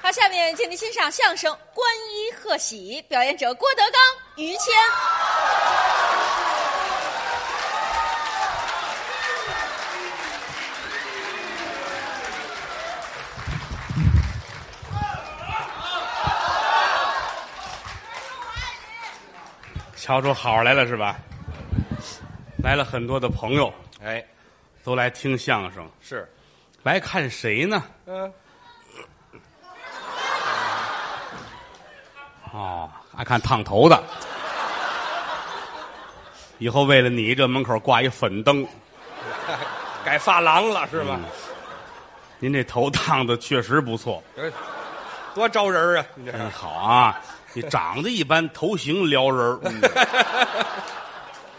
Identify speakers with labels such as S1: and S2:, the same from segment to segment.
S1: 好，下面请您欣赏相声《观一贺喜》，表演者郭德纲、于谦。
S2: 瞧出好来了是吧？来了很多的朋友，
S3: 哎，
S2: 都来听相声，
S3: 是，
S2: 来看谁呢？
S3: 嗯，
S2: 哦，爱看烫头的。以后为了你，这门口挂一粉灯。
S3: 改发廊了是吧？
S2: 您这头烫的确实不错，
S3: 哎多招人儿啊！你这
S2: 嗯，好啊。你长得一般，头型撩人儿，嗯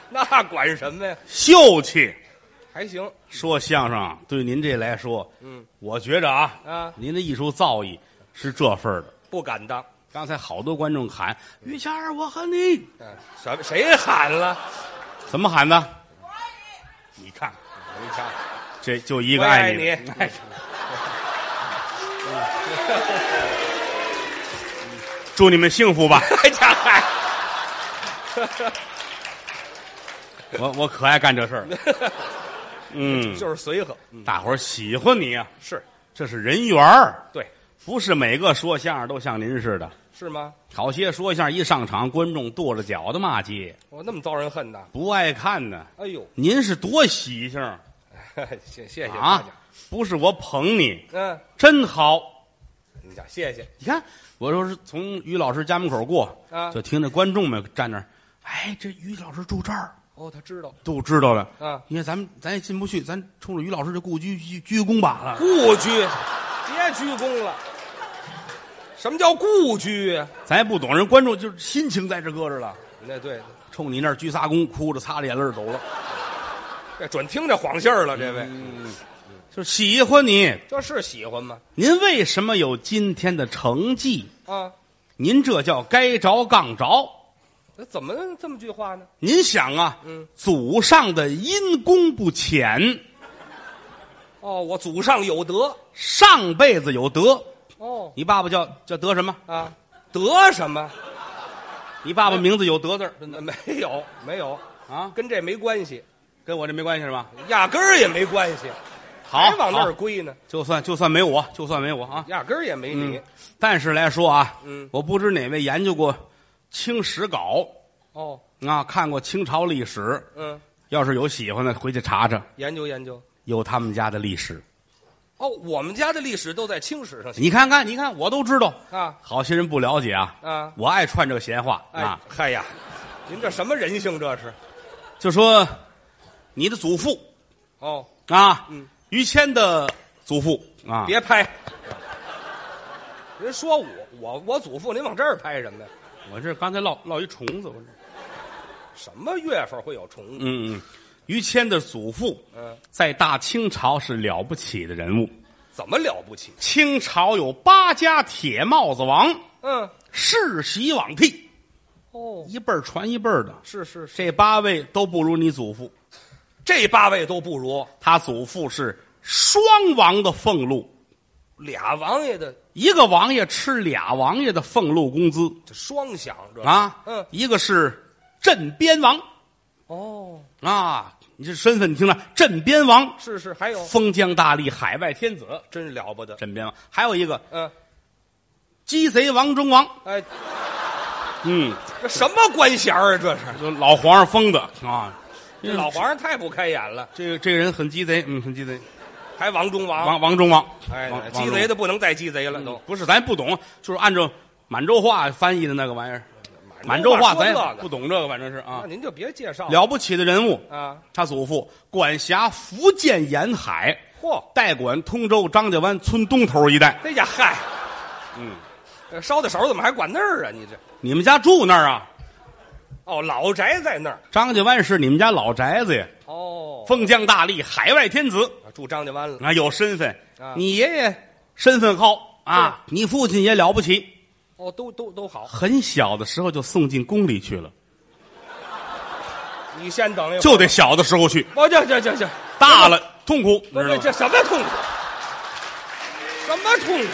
S3: 那管什么呀？
S2: 秀气。
S3: 还行，
S2: 说相声啊对您这来说，
S3: 嗯，
S2: 我觉着啊，
S3: 啊
S2: 您的艺术造诣是这份儿的。
S3: 不敢当。
S2: 刚才好多观众喊于谦儿，我恨你，
S3: 嗯，什么谁喊了？
S2: 怎么喊的？你看，
S3: 你瞧，
S2: 这就一
S3: 我
S2: 个
S3: 也爱
S2: 你的，
S3: 你。哎
S2: 祝你们幸福 吧！
S3: 家嗨，
S2: 我我可爱干这事儿了， 嗯，
S3: 就是随和，嗯
S2: 大伙儿喜欢你啊，
S3: 是
S2: 这是人缘儿，
S3: 对，
S2: 不是每个说相声都像您似的。
S3: 是吗？
S2: 好些说相声一上场，观众跺着脚的骂街，
S3: 我那么遭人恨呐！
S2: 不爱看呢。
S3: 哎呦，
S2: 您是多喜庆儿
S3: 谢谢谢大
S2: 啊
S3: 家。！
S2: 不是我捧你，
S3: 嗯，
S2: 真好。
S3: 你瞧，谢谢。
S2: 你看，我说是从于老师家门口过，
S3: 啊
S2: 就听着观众们站那儿，哎，这于老师住这儿，
S3: 哦，他知道
S2: 都知道了。
S3: 啊。
S2: 你看咱们咱也进不去，咱冲着于老师这故居鞠鞠躬吧了。
S3: 故居，别鞠躬了。什么叫故居呀？
S2: 咱也不懂，人观众就是心情在这搁着了，
S3: 那对，
S2: 冲你那儿鞠仨躬，哭着擦着眼泪儿走了，
S3: 这准听着晃信儿了，这位。
S2: 就喜欢你。
S3: 这是喜欢吗？
S2: 您为什么有今天的成绩？
S3: 啊，
S2: 您这叫该着杠着。
S3: 那怎么这么句话呢？
S2: 您想啊，
S3: 嗯
S2: 祖上的因功不浅，
S3: 哦，我祖上有德。
S2: 上辈子有德。
S3: 哦
S2: 你爸爸叫叫德什么？
S3: 啊，德什么？
S2: 你爸爸名字有德字儿真的
S3: 没有，没有，
S2: 啊，
S3: 跟这没关系，
S2: 跟我这没关系是吧？
S3: 压根儿也没关系，
S2: 好
S3: 还，往那儿
S2: 好
S3: 归呢？
S2: 就算就算没我，就算没我啊。
S3: 压根儿也没你
S2: 嗯。，但是来说啊，
S3: 嗯
S2: 我不知哪位研究过《清史稿
S3: 哦，》
S2: 啊，看过清朝历史，
S3: 嗯，
S2: 要是有喜欢的，回去查查，
S3: 研究研究。
S2: 有他们家的历史。
S3: 哦，我们家的历史都在清史上写
S2: 你看看，你看，我都知道。
S3: 啊
S2: 好些人不了解啊，
S3: 啊！
S2: 我爱串这个闲话
S3: 哎
S2: 啊，，
S3: 嗨呀，您这什么人性这是？
S2: 就说你的祖父
S3: 哦，
S2: 啊
S3: 嗯，
S2: 于谦的祖父啊，
S3: 别拍。您说我我我祖父，您往这儿拍什么呀？
S2: 我这刚才落落一虫子，我这
S3: 什么月份会有虫子？
S2: 嗯嗯，于谦的祖父
S3: 嗯，
S2: 在大清朝是了不起的人物，
S3: 怎么了不起？
S2: 清朝有八家铁帽子王，
S3: 嗯，
S2: 世袭罔替，
S3: 哦，
S2: 一辈儿传一辈儿的，
S3: 是是是，
S2: 这八位都不如你祖父，
S3: 这八位都不如
S2: 他祖父是双王的俸禄。
S3: 俩王爷的
S2: 一个王爷吃俩王爷的俸禄工资
S3: 这双响这是
S2: 啊，
S3: 嗯，
S2: 一个是镇边王
S3: 哦，
S2: 啊，你这身份你听着，镇边王，
S3: 是是，还有
S2: 封疆大吏，海外天子，
S3: 真了不得，
S2: 镇边王，还有一个
S3: 嗯，
S2: 鸡贼王中王，
S3: 哎，
S2: 嗯，
S3: 这什么官衔儿啊？这是
S2: 就老皇上封的啊，
S3: 这老皇上太不开眼了，
S2: 这个这个人很鸡贼，嗯，很鸡贼，
S3: 还王中王，
S2: 王王中王，
S3: 哎
S2: 王，
S3: 鸡贼的不能再鸡贼了，
S2: 嗯
S3: 都
S2: 不是咱不懂，就是按照满洲话翻译的那个玩意儿，满洲
S3: 洲
S2: 话
S3: 说
S2: 咱
S3: 这
S2: 也不
S3: 个，
S2: 懂这个，反正是啊
S3: 那，您就别介绍
S2: 了不起的人物，
S3: 啊，
S2: 他祖父管辖福建沿海，
S3: 嚯，
S2: 代管通州张家湾村东头一带。
S3: 哎呀嗨，
S2: 嗯，
S3: 呃烧的手怎么还管那儿啊？你这
S2: 你们家住那儿啊？
S3: 哦，老宅在那儿
S2: 张家湾是你们家老宅子呀，
S3: 哦，
S2: 封疆大吏，海外天子
S3: 住张家湾了，
S2: 啊，有身份
S3: 啊。
S2: 你爷爷身份高啊，你父亲也了不起。
S3: 哦，都都都好，
S2: 很小的时候就送进宫里去了，
S3: 你先等一会儿，
S2: 就得小的时候去，
S3: 哦，这这这这。
S2: 大了痛苦，
S3: 不
S2: 知道
S3: 是
S2: 吗
S3: 这什么痛苦？什么痛苦？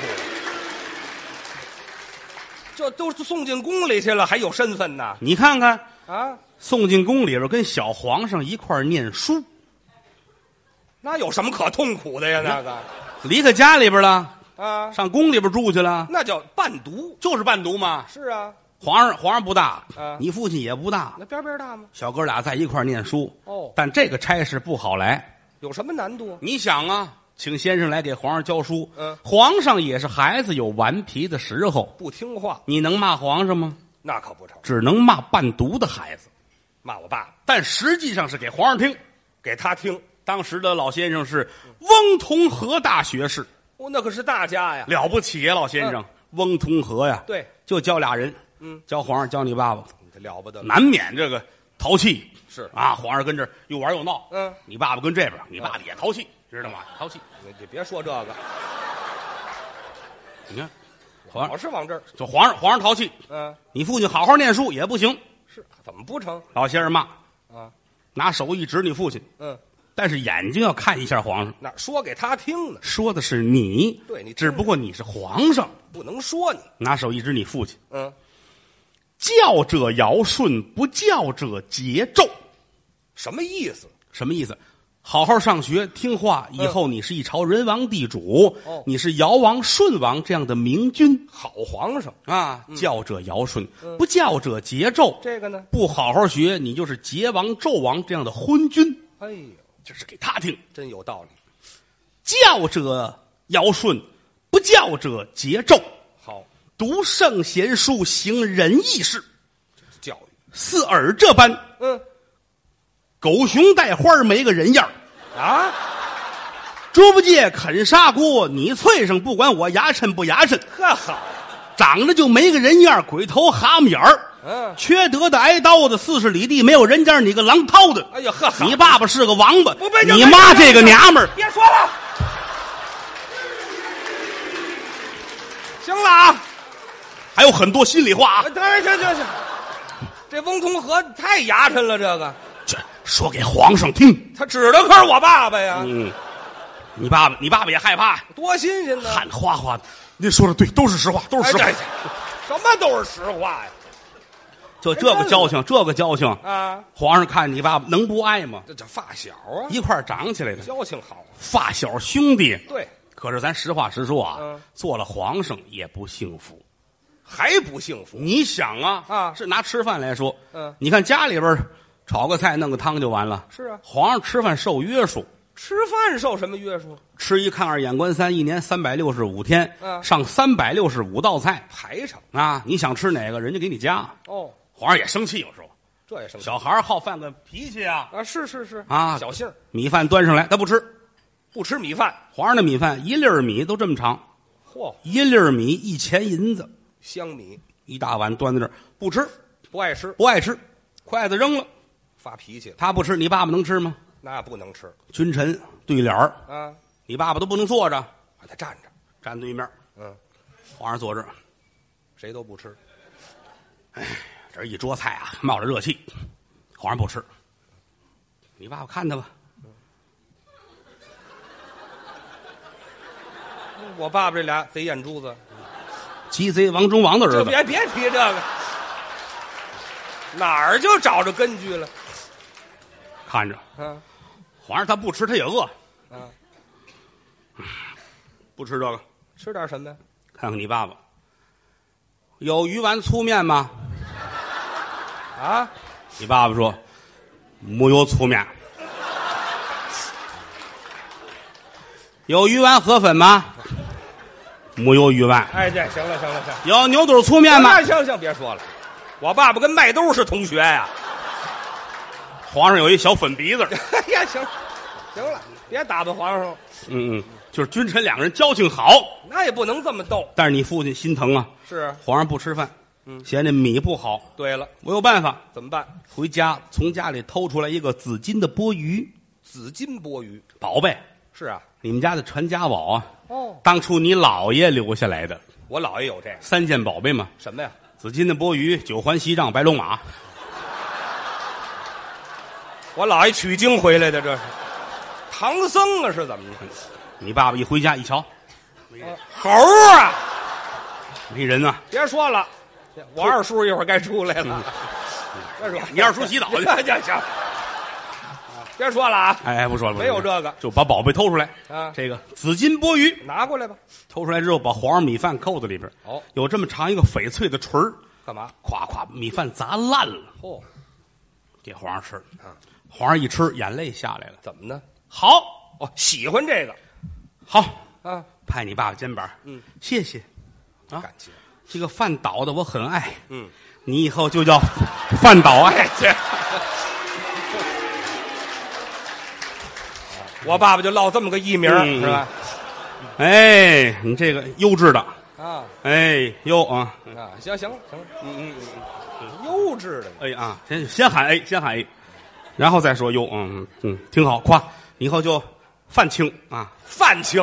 S3: 这都是送进宫里去了，还有身份呢？
S2: 你看看，
S3: 啊，
S2: 送进宫里边跟小皇上一块儿念书，
S3: 那有什么可痛苦的呀？那个
S2: 离开家里边了，
S3: 啊，
S2: 上宫里边住去了，
S3: 那叫伴读。
S2: 就是伴读嘛。
S3: 是啊，
S2: 皇上皇上不大
S3: 啊，
S2: 你父亲也不大，
S3: 那边边大吗？
S2: 小哥俩在一块儿念书。
S3: 哦
S2: 但这个差事不好来。
S3: 有什么难度？
S2: 你想啊，请先生来给皇上教书，
S3: 嗯
S2: 皇上也是孩子，有顽皮的时候，
S3: 不听话，
S2: 你能骂皇上吗？
S3: 那可不成。
S2: 只能骂伴读的孩子，
S3: 骂我爸，
S2: 但实际上是给皇上听。
S3: 给他听。
S2: 当时的老先生是翁同龢大学士，
S3: 哦，那可是大家呀。
S2: 了不起呀，老先生。翁同龢呀，
S3: 对，
S2: 就教俩人，
S3: 嗯，
S2: 教皇上，教你爸爸，
S3: 这了不得了。
S2: 难免这个淘气。
S3: 是
S2: 啊，皇上跟这儿又玩又闹，
S3: 嗯，
S2: 你爸爸跟这边，你爸爸也淘气，知道吗？嗯淘气，
S3: 你你别说这个，
S2: 你看，皇
S3: 老
S2: 上
S3: 是往这儿。
S2: 就皇上皇上淘气，
S3: 嗯、
S2: 你父亲好好念书也不行。
S3: 是怎么不成？
S2: 老先生骂，
S3: 啊，
S2: 拿手一指你父亲，
S3: 嗯，
S2: 但是眼睛要看一下皇上，
S3: 那说给他听呢，
S2: 说的是你，
S3: 对你
S2: 只不过你是皇上，
S3: 不能说你。
S2: 拿手一指你父亲，
S3: 嗯，
S2: 教者尧舜，不教者桀纣，
S3: 什么意思？
S2: 什么意思？好好上学，听话，以后你是一朝人王地主，
S3: 嗯哦
S2: 你是尧王、舜王这样的明君
S3: 好皇上，
S2: 啊！教者尧舜，不教者桀纣。
S3: 嗯这个呢？
S2: 不好好学，你就是桀王、纣王这样的昏君。
S3: 哎呦，
S2: 这是给他听。
S3: 真有道理。
S2: 教者尧舜，不教者桀纣。
S3: 好，
S2: 读圣贤书，行仁义事，
S3: 教育。
S2: 似尔这般，
S3: 嗯
S2: 狗熊带花儿没个人样儿
S3: 啊，
S2: 猪八戒啃砂锅，你脆生不管我牙碜不牙碜，
S3: 呵好。
S2: 长得就没个人样儿鬼头蛤蟆眼儿。
S3: 嗯，
S2: 缺德的挨刀的，四十里地没有人家，你个狼掏的。
S3: 哎呀呵好。
S2: 你爸爸是个王八
S3: 不不，
S2: 你妈这个娘们儿，
S3: 别说了，行了啊，
S2: 还有很多心里话啊
S3: 哎，。行行行行，这翁同龢太牙碜了，这个
S2: 这说给皇上听。
S3: 他指的可是我爸爸呀，
S2: 嗯，你爸爸，你爸爸也害怕，
S3: 多新鲜呢！
S2: 汗哗哗的。您说的对，都是实话，都是
S3: 哎，
S2: 实
S3: 这
S2: 话。
S3: 什么都是实话呀
S2: 就这个交情，这个交情，
S3: 啊！
S2: 皇上看你爸爸能不爱吗？
S3: 这这发小啊，
S2: 一块儿长起来的
S3: 交情好啊，
S2: 发小兄弟。
S3: 对，
S2: 可是咱实话实说啊
S3: 嗯，
S2: 做了皇上也不幸福。
S3: 还不幸福？
S2: 你想啊，
S3: 啊
S2: 是拿吃饭来说，
S3: 嗯
S2: 你看家里边儿炒个菜弄个汤就完了，
S3: 是啊
S2: 皇上吃饭受约束，
S3: 吃饭受什么约束？
S2: 吃一看二眼观三，一年三百六十五天，
S3: 嗯
S2: 上三百六十五道菜
S3: 排场
S2: 啊！你想吃哪个，人家给你加。
S3: 哦，
S2: 皇上也生气，有时候
S3: 这也生气
S2: 小孩儿好犯个脾气啊
S3: 啊！是是是
S2: 啊！
S3: 小杏儿
S2: 米饭端上来，他不吃。
S3: 不吃米饭，
S2: 皇上的米饭一粒儿米都这么长，
S3: 嚯，
S2: 一粒儿米一钱银子，
S3: 香米
S2: 一大碗端在这儿不吃，
S3: 不爱吃，
S2: 不爱吃，筷子扔了，
S3: 发脾气了，
S2: 他不吃，你爸爸能吃吗？
S3: 那不能吃
S2: 君臣对脸儿，
S3: 啊！
S2: 你爸爸都不能坐着，
S3: 把它站着，
S2: 站对面儿，
S3: 嗯，
S2: 皇上坐这儿，
S3: 谁都不吃，
S2: 这一桌菜啊，冒着热气，皇上不吃，你爸爸看他吧，
S3: 我爸爸这俩贼眼珠子，
S2: 鸡贼王中王的儿
S3: 就
S2: 子，
S3: 别别提这个，哪儿就找着根据了？
S2: 看着
S3: 嗯、啊、
S2: 皇上他不吃，他也饿，嗯
S3: 嗯、啊，
S2: 不吃这个，
S3: 吃点什么呀？
S2: 看看你爸爸，有鱼丸粗面吗？
S3: 啊，
S2: 你爸爸说，没有粗面。有鱼丸河粉吗？没有鱼丸。
S3: 哎，对，行了行了行了，
S2: 有牛肚粗面吗？
S3: 那行行，别说了，我爸爸跟麦兜是同学呀、
S2: 皇上有一小粉鼻子。
S3: 哎呀，行了行了，别打扮皇上了，
S2: 嗯嗯，就是君臣两个人交情好，
S3: 那也不能这么逗。
S2: 但是你父亲心疼啊，
S3: 是，
S2: 皇上不吃饭，嫌这米不好，
S3: 对了，
S2: 我有办法，
S3: 怎么办？
S2: 回家从家里偷出来一个紫金的钵盂，
S3: 紫金钵盂
S2: 宝贝，
S3: 是啊，
S2: 你们家的传家宝啊，
S3: 哦，
S2: 当初你姥爷留下来的
S3: 我姥爷有这个
S2: 三件宝贝嘛，
S3: 什么呀？
S2: 紫金的钵盂、九环锡杖、白龙马，
S3: 我姥爷取经回来的，这是唐僧啊，是怎么着？
S2: 你爸爸一回家一瞧，
S3: 猴儿啊！
S2: 没人啊，
S3: 别说了，我二叔一会儿该出来 了。再说，
S2: 你二叔洗澡 去
S3: 行行，别说了啊，
S2: 哎，不说了，不说了
S3: 没有这个
S2: 就把宝贝偷出来
S3: 啊
S2: 这个紫金钵盂
S3: 拿过来吧。
S2: 偷出来之后，把黄米饭扣在里边，
S3: 哦
S2: 有这么长一个翡翠的锤儿，
S3: 干嘛？
S2: 咵咵米饭砸烂了，
S3: 哦，
S2: 给皇上吃
S3: 啊。
S2: 皇上一吃，眼泪下来了。
S3: 怎么呢？
S2: 好，
S3: 哦，喜欢这个
S2: 好，
S3: 啊，
S2: 拍你爸爸肩膀，嗯，谢谢。啊
S3: 感情。
S2: 这个饭岛的我很爱，
S3: 嗯，
S2: 你以后就叫饭岛 爱。
S3: 这。我爸爸就落这么个艺名、
S2: 嗯
S3: 是吧？
S2: 哎，你这个优质的，
S3: 啊
S2: 哎优啊，
S3: 啊，行行了行了，嗯嗯嗯嗯，幼稚的
S2: 哎啊，先先喊 A，先喊 A，然后再说优，嗯嗯，挺好，夸，以后就饭清啊，
S3: 范青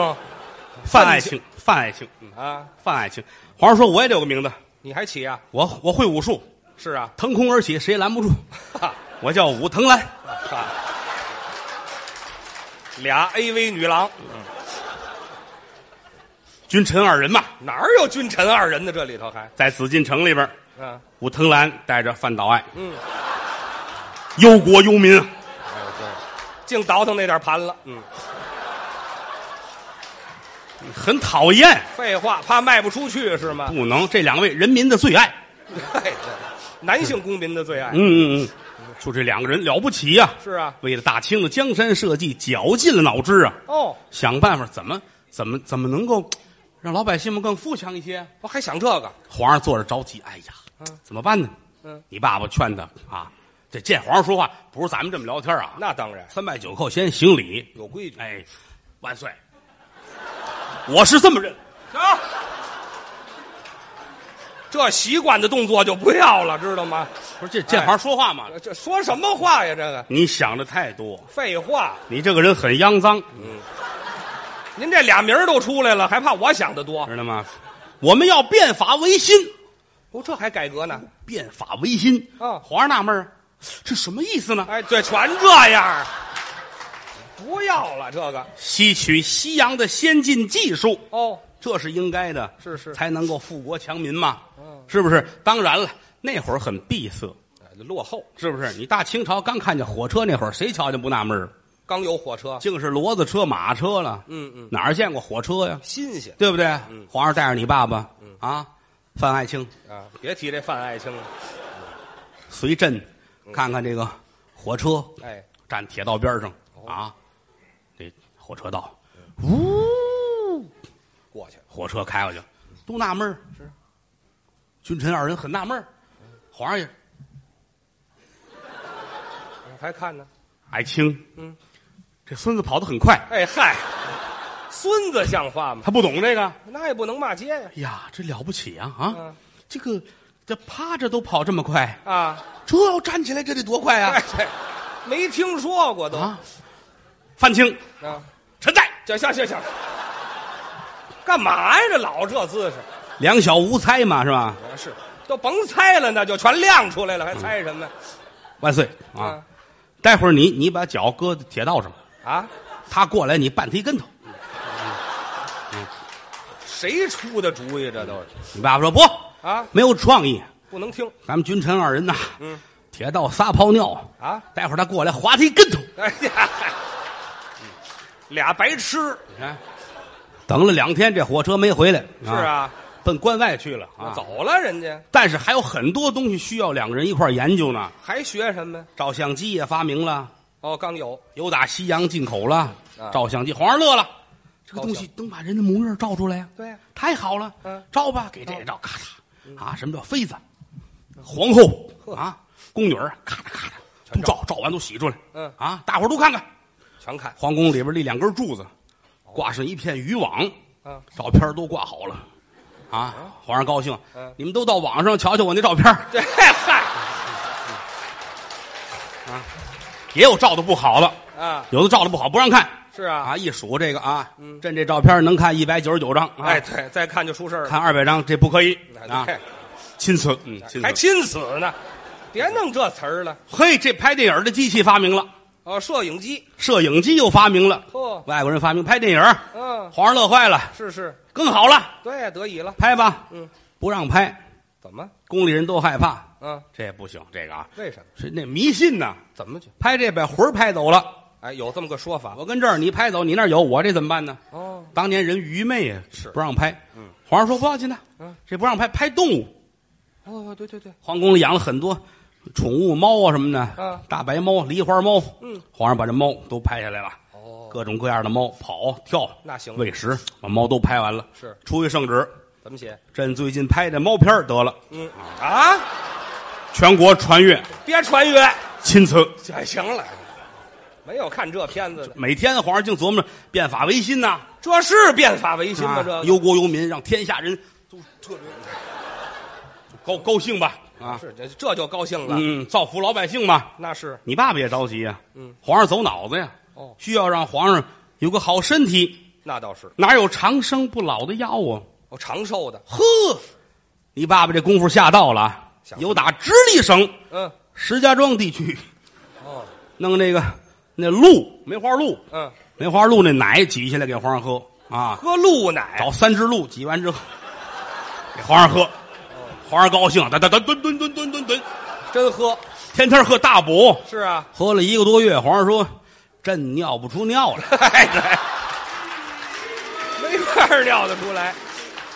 S2: 饭爱情，饭爱情，嗯
S3: 啊，
S2: 饭爱情。皇上说我也得有个名字，
S3: 你还起啊？
S2: 我我会武术，
S3: 是啊，
S2: 腾空而起，谁也拦不住。
S3: 哈
S2: 我叫武藤兰，
S3: 哈，俩 AV 女郎
S2: 君臣二人嘛，
S3: 哪儿有君臣二人呢？这里头还
S2: 在紫禁城里边，
S3: 啊，
S2: 武藤兰带着范岛爱，
S3: 嗯，
S2: 忧国忧民啊，
S3: 哎呦对，净倒腾那点盘了，嗯，
S2: 很讨厌，
S3: 废话，怕卖不出去是吗？
S2: 不能这两位人民的最爱，
S3: 哎，对，男性公民的最爱
S2: 嗯嗯嗯，就这两个人了不起呀、
S3: 是啊，
S2: 为了大清的江山社稷，绞尽了脑汁啊，
S3: 哦，
S2: 想办法怎么怎么怎么能够让老百姓们更富强一些。
S3: 我还想这个，
S2: 皇上坐着着急，哎呀，怎么办呢？
S3: 嗯，
S2: 你爸爸劝他啊，这见皇上说话不是咱们这么聊天啊，
S3: 那当然
S2: 三拜九叩先行礼，
S3: 有规矩，
S2: 哎，万岁，我是这么认。
S3: 啊，这习惯的动作就不要了，知道吗？
S2: 不是这见皇上说话嘛？
S3: 这说什么话呀？这个
S2: 你想的太多，
S3: 废话，
S2: 你这个人很肮脏，
S3: 您这俩名儿都出来了，还怕我想的多？
S2: 知道吗？我们要变法维新，
S3: 哦，这还改革呢？
S2: 变法维新
S3: 啊
S2: 皇上纳闷儿啊，这什么意思呢？
S3: 哎，对，全这样儿，不要了这个
S2: 吸取西洋的先进技术，
S3: 哦，
S2: 这是应该的，
S3: 是是
S2: 才能够富国强民嘛，
S3: 嗯
S2: 是不是？当然了，那会儿很闭塞，
S3: 哎落后。
S2: 是不是？你大清朝刚看见火车那会儿，谁瞧见不纳闷儿？
S3: 刚有火车，
S2: 竟是骡子车、马车了，
S3: 嗯嗯，
S2: 哪儿见过火车呀？
S3: 新鲜
S2: 对不对？皇上带着你爸爸，
S3: 嗯
S2: 啊，范爱卿
S3: 啊！别提这范爱卿了，
S2: 随朕
S3: 嗯
S2: 看看这个火车，
S3: 哎，
S2: 站铁道边上
S3: 哦
S2: 啊，这火车道，呜，
S3: 过去了，
S2: 火车开过去，嗯都纳闷儿君臣二人很纳闷儿
S3: 嗯
S2: 皇上也
S3: 还看呢。
S2: 爱卿，
S3: 嗯，
S2: 这孙子跑得很快，
S3: 哎嗨，孙子像话吗？
S2: 他不懂这个。
S3: 那也不能骂街呀。
S2: 哎呀，这了不起啊啊！
S3: 嗯
S2: 这个这趴着都跑这么快，
S3: 啊，
S2: 这要站起来这得多快
S3: 哎
S2: 啊！
S3: 对，没听说过都
S2: 啊，范青，
S3: 啊。
S2: 陈代，
S3: 行行行行，干嘛呀？这老这姿势，
S2: 两小无猜嘛是吧？
S3: 啊是都甭猜了，那就全亮出来了，还猜什么呀？
S2: 万岁啊！
S3: 啊
S2: 待会儿你你把脚搁在铁道上，
S3: 啊！
S2: 他过来你绊他一跟头。
S3: 谁出的主意？这都是
S2: 你爸爸说不
S3: 啊
S2: 没有创意，
S3: 不能听
S2: 咱们君臣二人呐，
S3: 嗯
S2: 铁道撒泡尿，
S3: 啊！
S2: 待会儿他过来划他一跟头。
S3: 哎呀，嗯俩白痴
S2: 你看，等了两天，这火车没回来，
S3: 是啊，
S2: 奔关外去了啊。
S3: 走了人家
S2: 但是还有很多东西需要两个人一块儿研究呢。
S3: 还学什么呀？
S2: 照相机也发明了，
S3: 哦，刚有
S2: 有打西洋进口了
S3: 啊，
S2: 照相机，皇上乐了，这个
S3: 高
S2: 东
S3: 兴
S2: 西能把人的模样照出来呀、
S3: 对呀
S2: 太好了，
S3: 嗯
S2: 照吧，嗯给这个照，咔嚓，啊，什么叫妃子、皇后啊、宫女儿，咔嚓咔嚓，都照，照完都洗出来，
S3: 嗯
S2: 啊，大伙儿都看看，
S3: 全看
S2: 皇宫里边立两根柱子，挂上一片渔网，
S3: 啊！
S2: 照片都挂好了，啊，皇上高兴
S3: 哦嗯，
S2: 你们都到网上瞧瞧我那照片，
S3: 这嗨
S2: 也有照的不好的，
S3: 啊，
S2: 有的照的不好不让看。
S3: 是啊，嗯
S2: 啊，一数这个啊，朕这照片能看一百九十九张，啊
S3: 哎，对，再看就出事儿了
S2: 看二百张这不可以啊，
S3: 哎
S2: 亲存，嗯，
S3: 对
S2: 亲
S3: 还
S2: 存。
S3: 亲死呢，别弄这词儿了。
S2: 嘿，这拍电影的机器发明了，
S3: 哦，摄影机，
S2: 摄影机又发明了，
S3: 呵，
S2: 外国人发明拍电影，
S3: 嗯，
S2: 皇上乐坏了，
S3: 是是，
S2: 更好了，
S3: 对，得以了。
S2: 拍吧，
S3: 嗯，
S2: 不让拍，
S3: 怎么？
S2: 宫里人都害怕，
S3: 嗯，
S2: 这不行，这个啊，
S3: 为什么？
S2: 是那迷信呐，
S3: 怎么去？
S2: 拍这把魂儿拍走了。
S3: 哎，有这么个说法
S2: 我跟这儿你拍走，你那儿有，我这怎么办呢？
S3: 哦，
S2: 当年人愚昧呀，
S3: 是
S2: 不让拍。皇上说不要紧的，
S3: 嗯
S2: 这不让拍，拍动物。
S3: 哦，对对对，
S2: 皇宫里养了很多宠物猫啊什么的，
S3: 嗯
S2: 大白猫、狸花猫。嗯，皇上把这猫都拍下来了，
S3: 哦，
S2: 各种各样的猫跑跳，
S3: 那行
S2: 喂食，把猫都拍完了。
S3: 是
S2: 出一圣旨，
S3: 怎么写？
S2: 朕最近拍的猫片儿得了，
S3: 嗯啊，
S2: 全国传阅，
S3: 别穿越，
S2: 钦此。
S3: 这行了，没有看这片子的，
S2: 每天皇上净琢磨着变法维新呐、
S3: 这是变法维新吗？
S2: 啊
S3: 这个
S2: 忧国忧民，让天下人都特别高高兴吧啊，
S3: 是这这就高兴了，
S2: 嗯，造福老百姓吧。
S3: 那是
S2: 你爸爸也着急呀、
S3: 嗯，
S2: 皇上走脑子呀，
S3: 哦，
S2: 需要让皇上有个好身体，
S3: 那倒是，
S2: 哪有长生不老的药啊？
S3: 哦，长寿的，
S2: 呵，你爸爸这功夫下到了啊
S3: 想，
S2: 有打直隶省
S3: 嗯，
S2: 石家庄地区
S3: 哦，
S2: 弄那个那鹿梅花鹿，
S3: 嗯，
S2: 梅花鹿那奶挤下来给皇上喝啊，
S3: 喝鹿奶，
S2: 找三只鹿挤完之后，给皇上喝，皇上高兴，哒哒哒蹲蹲蹲蹲蹲蹲，
S3: 真喝，
S2: 天天喝大补，
S3: 是啊，
S2: 喝了一个多月，皇上说朕尿不出尿来，
S3: 没法儿尿得出来，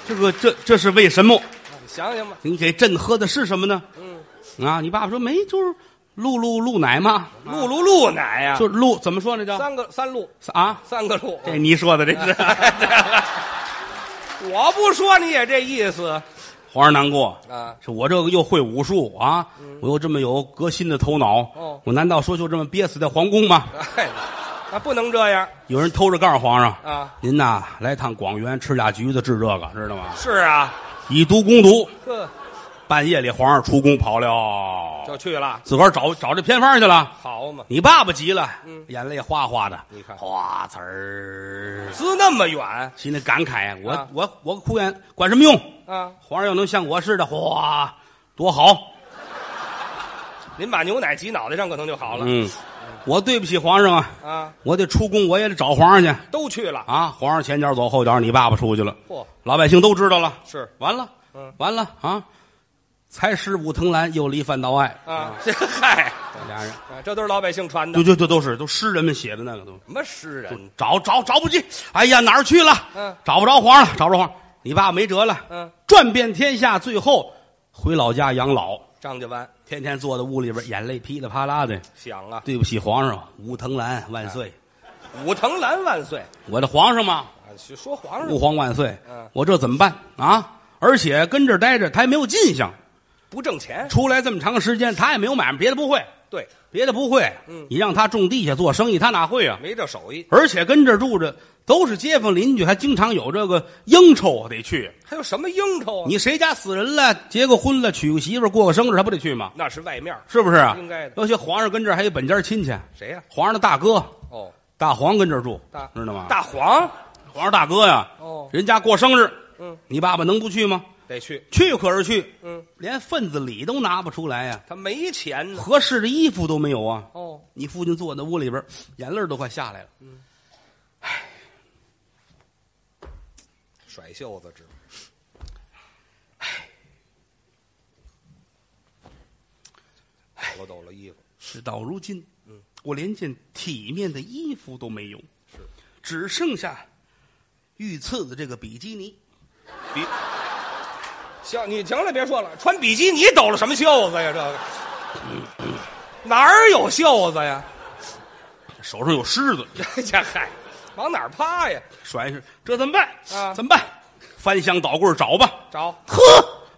S2: 这个这这是为什么？
S3: 你想想吧，
S2: 你给朕喝的是什么呢？
S3: 嗯，
S2: 啊，你爸爸说没，就是鹿鹿鹿奶嘛，
S3: 鹿鹿鹿奶呀，
S2: 就鹿怎么说那叫
S3: 三个啊三啊鹿，
S2: 啊？
S3: 三个鹿，
S2: 这你说的这是，
S3: 我不说你也这意思
S2: 皇上难过。
S3: 啊，
S2: 是我这个又会武术啊，我又这么有革新的头脑，
S3: 嗯哦
S2: 我难道说就这么憋死在皇宫吗？
S3: 哎，那不能这样
S2: 有人偷着告诉皇上，
S3: 啊，
S2: 您呐，来趟广元吃俩橘子治这个，知道吗？
S3: 是啊，
S2: 以毒攻毒，
S3: 呵，
S2: 半夜里皇上出宫跑了，
S3: 就去了，
S2: 自个儿找找这偏方去了。
S3: 好嘛，
S2: 你爸爸急了，
S3: 嗯
S2: 眼泪哗哗的，
S3: 你看
S2: 哗呲儿，
S3: 滋那么远
S2: 心里感慨，我、
S3: 啊
S2: 我我哭眼管什么用？
S3: 啊，
S2: 皇上要能像我似的，哗，多好！
S3: 您把牛奶挤脑袋上可能就好了
S2: 嗯，我对不起皇上啊，
S3: 啊，
S2: 我得出宫，我也得找皇上去
S3: 都去了，
S2: 啊。皇上前脚走，后脚你爸爸出去了，
S3: 嚯，
S2: 老百姓都知道了。
S3: 是
S2: 完了，
S3: 嗯
S2: 完了啊！才师武藤兰又离范道爱，
S3: 啊，这 嗨，
S2: 这俩人
S3: 啊这都是老百姓传的
S2: 就，就就都是都诗人们写的那个都
S3: 什么诗人？
S2: 找找找不进，哎呀哪儿去了？
S3: 嗯，
S2: 找不着皇上了，找不着皇上，你爸没辙了，
S3: 嗯，
S2: 转遍天下，最后回老家养老，
S3: 张家湾
S2: 天天坐在屋里边，眼泪噼里啪啦的，
S3: 想啊，
S2: 对不起皇上，武藤兰万岁，
S3: 嗯武藤兰万岁
S2: 我的皇上嘛，
S3: 啊，说皇上
S2: 吾皇万岁
S3: 嗯，
S2: 我这怎么办啊？而且跟这儿待着，他也没有进项，
S3: 不挣钱，
S2: 出来这么长时间，他也没有买卖，别的不会。
S3: 对，
S2: 别的不会，
S3: 嗯
S2: 你让他种地下做生意，他哪会啊？
S3: 没这手艺，
S2: 而且跟这儿住着都是街坊邻居，还经常有这个应酬得去。
S3: 还有什么应酬啊？
S2: 哦你谁家死人了，结个婚了，娶个媳妇儿，过个生日，还不得去吗？
S3: 那是外面儿
S2: 是不是啊？
S3: 应该的
S2: 尤其皇上跟这儿还有本家亲戚，
S3: 谁呀？
S2: 皇上的大哥
S3: 哦，
S2: 大黄跟这儿住
S3: 大，
S2: 知道吗？
S3: 大黄
S2: 皇上大哥呀，
S3: 哦
S2: 人家过生日，
S3: 嗯，
S2: 你爸爸能不去吗？
S3: 得去，
S2: 去可是去，
S3: 嗯，
S2: 连份子礼都拿不出来呀，
S3: 他没钱呢。
S2: 合适的衣服都没有啊。
S3: 哦，
S2: 你父亲坐在屋里边，眼泪儿都快下来了。
S3: 嗯甩袖子指，唉，抖了抖了衣服，
S2: 事到如今，我连件体面的衣服都没有，
S3: 嗯是
S2: 只剩下御赐的这个比基尼。
S3: 比行，你行了，别说了，穿比基尼抖了什么袖子呀？这个哪儿有袖子呀？
S2: 手上有虱子，
S3: 这这嗨，往哪儿趴呀？
S2: 甩是这怎么办？
S3: 啊
S2: 怎么办？翻箱倒柜儿找吧，
S3: 找
S2: 呵，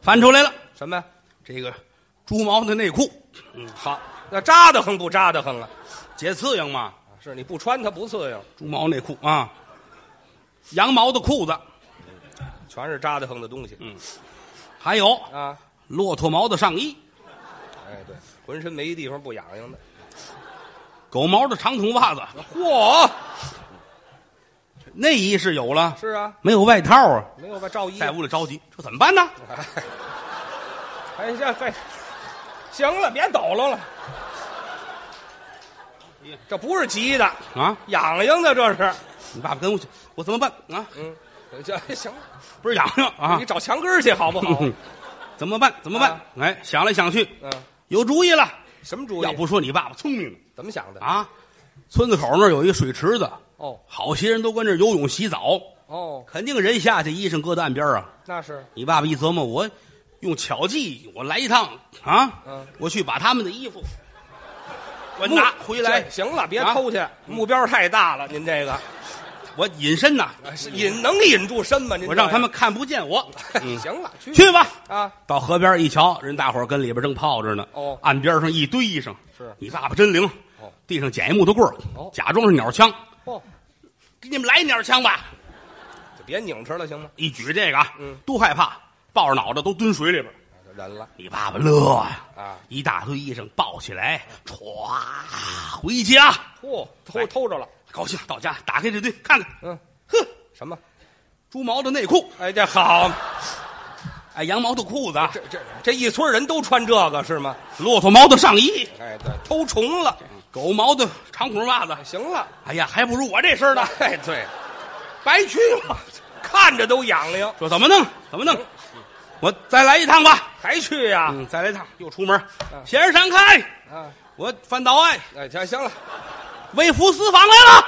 S2: 翻出来了
S3: 什么呀？
S2: 这个猪毛的内裤，
S3: 好，那扎得很不扎得很了？
S2: 解刺痒嘛，
S3: 是你不穿它不刺痒，
S2: 猪毛内裤啊，羊毛的裤子，
S3: 全是扎得很的东西。
S2: 还有
S3: 啊，
S2: 骆驼毛的上衣，
S3: 哎对，浑身没一地方不痒痒的。
S2: 狗毛的长筒袜子，
S3: 嚯，
S2: 内衣是有了，
S3: 是啊，
S2: 没有外套啊，
S3: 没有吧？罩衣
S2: 在屋里着急，这怎么办呢？
S3: 哎呀，哎，行了，别抖搂了，这不是急的，
S2: 啊，
S3: 痒痒的这是。
S2: 你爸爸跟我去，我怎么办啊？
S3: 嗯，这行了，
S2: 不是痒痒啊啊
S3: 你，找墙根儿去好不好？
S2: 怎么办？怎么办？
S3: 啊
S2: 哎，想来想去，
S3: 嗯，
S2: 有主意了。
S3: 什么主意？
S2: 要不说你爸爸聪明呢
S3: 怎么想的？
S2: 啊，村子口那儿有一水池子，
S3: 哦
S2: 好些人都跟这儿游泳洗澡，
S3: 哦，
S2: 肯定人下去，衣裳搁在岸边啊。
S3: 那是
S2: 你爸爸一琢磨，我用巧计，我来一趟啊，
S3: 嗯
S2: 我去把他们的衣服，我呃拿回来
S3: 这，行了，别
S2: 啊
S3: 偷去，目标太大了，您这个
S2: 我隐身呐，
S3: 哎是引能引住身吗？您
S2: 我
S3: 这
S2: 让
S3: 个，
S2: 他们看不见我。嗯
S3: 行了，去
S2: 去吧。
S3: 啊，
S2: 到河边一瞧，人大伙儿跟里边正泡着呢。
S3: 哦
S2: 岸边上一堆衣裳。
S3: 是
S2: 你爸爸真灵。
S3: 哦，
S2: 地上捡一木头棍儿
S3: 哦
S2: 假装是鸟枪，
S3: 哦，
S2: 给你们来一鸟枪吧！
S3: 就别拧吃了，行吗？
S2: 一举这个啊，
S3: 嗯
S2: 都害怕，抱着脑袋都蹲水里边儿。
S3: 啊就忍了
S2: 你爸爸乐呀、
S3: 啊！
S2: 一大堆衣裳抱起来，歘，回家
S3: 嚯，偷偷着了，
S2: 高兴。到家打开这堆看看，
S3: 嗯，
S2: 呵，
S3: 什么？
S2: 猪毛的内裤，
S3: 哎，这好，
S2: 哎，羊毛的裤子，
S3: 这这这一村人都穿这个是吗？
S2: 骆驼毛的上衣，
S3: 哎，对，偷虫了，
S2: 狗毛的长筒袜子。
S3: 行了，
S2: 哎呀，还不如我这身儿呢，
S3: 哎，对，
S2: 白去了。
S3: 看着都痒痒，
S2: 说怎么弄？怎么弄？我再来一趟吧。
S3: 还去呀？
S2: 嗯，再来一趟，又出门。
S3: 嗯
S2: 先生闪开！
S3: 啊，
S2: 我反倒爱
S3: 哎，行行了，
S2: 微服私访来了。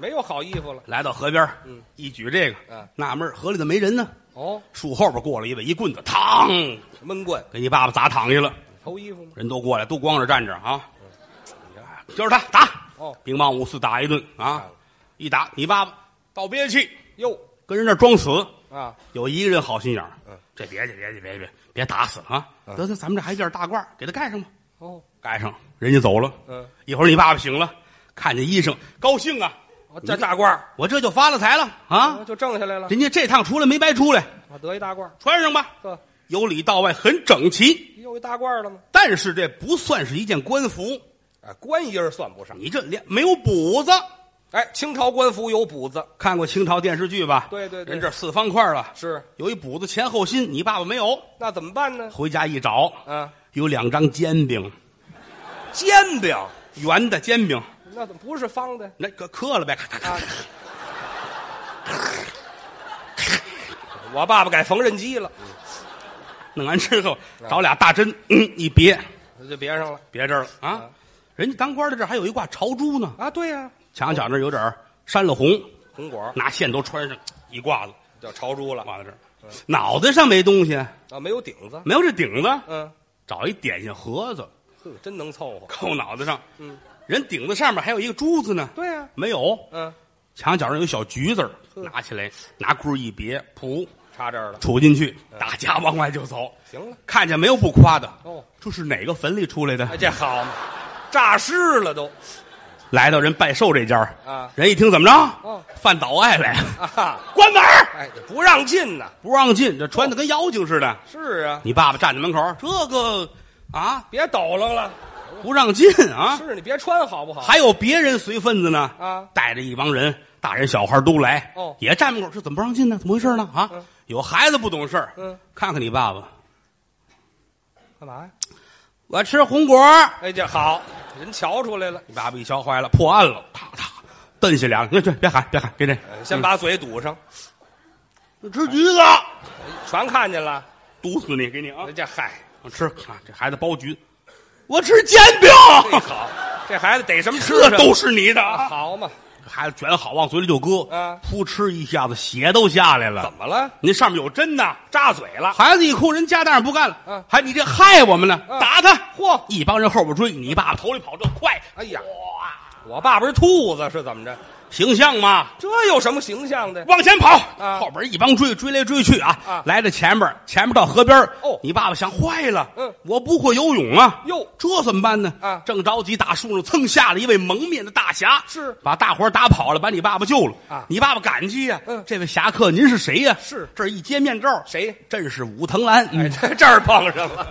S3: 没有好衣服了。
S2: 来到河边，
S3: 嗯，
S2: 一举这个，
S3: 嗯
S2: 纳闷儿河里怎么没人呢？
S3: 哦，
S2: 树后边过来一位，一棍子，嘡，
S3: 闷棍
S2: 给你爸爸砸躺下了。
S3: 偷衣服吗？
S2: 人都过来，都光着站着啊。就是他打，
S3: 哦
S2: 兵乓五四打一顿啊
S3: 嗯，
S2: 一打你爸爸倒憋气，
S3: 哟
S2: 跟人那儿装死。
S3: 啊，
S2: 有一个人好心眼儿
S3: 嗯，
S2: 这别去，别去，别去别别打死了啊！得得，咱们这还有件大褂儿，给他盖上吧。
S3: 哦，
S2: 盖上，人家走了。
S3: 嗯，
S2: 一会儿你爸爸醒了，看见医生高兴啊，
S3: 哦这大褂儿
S2: 我这就发了财了啊！
S3: 哦就挣下来了，
S2: 人家这趟出来没白出来，
S3: 我得一大褂儿，
S2: 穿上吧，
S3: 呵，
S2: 由里到外很整齐。
S3: 又一大褂儿了吗？
S2: 但是这不算是一件官服，
S3: 哎，官衣儿算不上。
S2: 你这连没有补子。
S3: 哎，清朝官服有补子，
S2: 看过清朝电视剧吧？
S3: 对对对
S2: 人这四方块了，
S3: 是
S2: 有一补子前后心，你爸爸没有。
S3: 那怎么办呢？
S2: 回家一找，
S3: 啊，
S2: 有两张煎饼，
S3: 煎饼
S2: 圆的煎饼，
S3: 那怎么不是方的
S2: 那可刻了呗。咔咔咔
S3: 啊？ 我爸爸改缝纫机了，
S2: 弄完之后，找俩大针，嗯，一别，
S3: 那就别上了
S2: 别这儿了啊
S3: 啊。
S2: 人家当官的这儿还有一挂朝珠呢，
S3: 啊！对呀、
S2: 墙角那儿有点儿山了红，
S3: 红果儿
S2: 拿线都穿上一挂子，
S3: 叫朝珠了
S2: 挂在这儿。脑袋上没东西，
S3: 啊，没有顶子，
S2: 没有这顶子，
S3: 嗯，
S2: 找一点心盒子
S3: 呵，真能凑合。
S2: 扣脑袋上。
S3: 嗯，
S2: 人顶子上面还有一个珠子呢，
S3: 对呀、
S2: 没有。
S3: 嗯，
S2: 墙角上有小橘子儿，拿起来，拿箍一别，噗，
S3: 插这儿了，
S2: 杵进去，大家往外就走。
S3: 行了。
S2: 看见没有不夸的，
S3: 哦，
S2: 这是哪个坟里出来的
S3: 哎，？这好嘛，诈尸了都
S2: 来到人拜寿这家儿
S3: 啊
S2: 人一听怎么
S3: 哦
S2: 着？饭倒爱来了，
S3: 啊！
S2: 关门儿，
S3: 哎，这不让进呐。
S2: 不让进，这穿的跟妖精似的。
S3: 是啊，
S2: 你爸爸站在门口儿，这个啊
S3: 别抖楞了。
S2: 不让进啊，
S3: 是你别穿好不好？
S2: 还有别人随份子呢
S3: 啊
S2: 带着一帮人，大人小孩都来，
S3: 哦
S2: 也站门口，这怎么不让进呢？怎么回事呢？啊
S3: 嗯，
S2: 有孩子不懂事儿
S3: 嗯，
S2: 看看你爸爸，
S3: 干嘛呀？
S2: 我吃红果儿。
S3: 哎，这好，人瞧出来了，
S2: 你爸爸一瞧坏了，破案了，啪啪，蹬下俩，别别喊，别喊，别这，
S3: 哎先把嘴堵上，
S2: 吃橘子，
S3: 全看见了。
S2: 毒死你，给你啊
S3: 哎，这嗨，
S2: 吃啊，这孩子剥橘子，我吃煎饼，
S3: 这好，这孩子逮什么吃
S2: 这
S3: 什么，
S2: 都是你的啊。
S3: 啊好嘛？
S2: 孩子卷好往嘴里就搁，
S3: 嗯
S2: 噗嗤一下子血都下来
S3: 怎
S2: 了，
S3: 么了？
S2: 那上面有针呐。
S3: 扎嘴了？
S2: 孩子一哭，人家当然不干了，
S3: 啊嗯
S2: 还你这害我们呢，
S3: 嗯
S2: 打他！
S3: 嚯！
S2: 一帮人后边追，你爸爸头里跑，这快，
S3: 哎呀
S2: 哇，
S3: 我爸爸是兔子是怎么着？
S2: 形象嘛，
S3: 这有什么形象的？
S2: 往前跑，
S3: 啊
S2: 后边一帮追，追来追去啊，
S3: 啊
S2: 来到前边，前面到河边儿
S3: 哦
S2: 你爸爸想坏了，
S3: 嗯
S2: 我不会游泳啊，
S3: 哟
S2: 这怎么办呢？
S3: 啊
S2: 正着急，打树上蹭下了一位蒙面的大侠，
S3: 是
S2: 把大伙儿打跑了，把你爸爸救了
S3: 啊
S2: 你爸爸感激呀、
S3: 嗯
S2: 这位侠客您是谁呀、
S3: 是
S2: 这儿一揭面罩，
S3: 谁？
S2: 朕是武藤兰，
S3: 哎，
S2: 嗯
S3: 这这儿碰上了。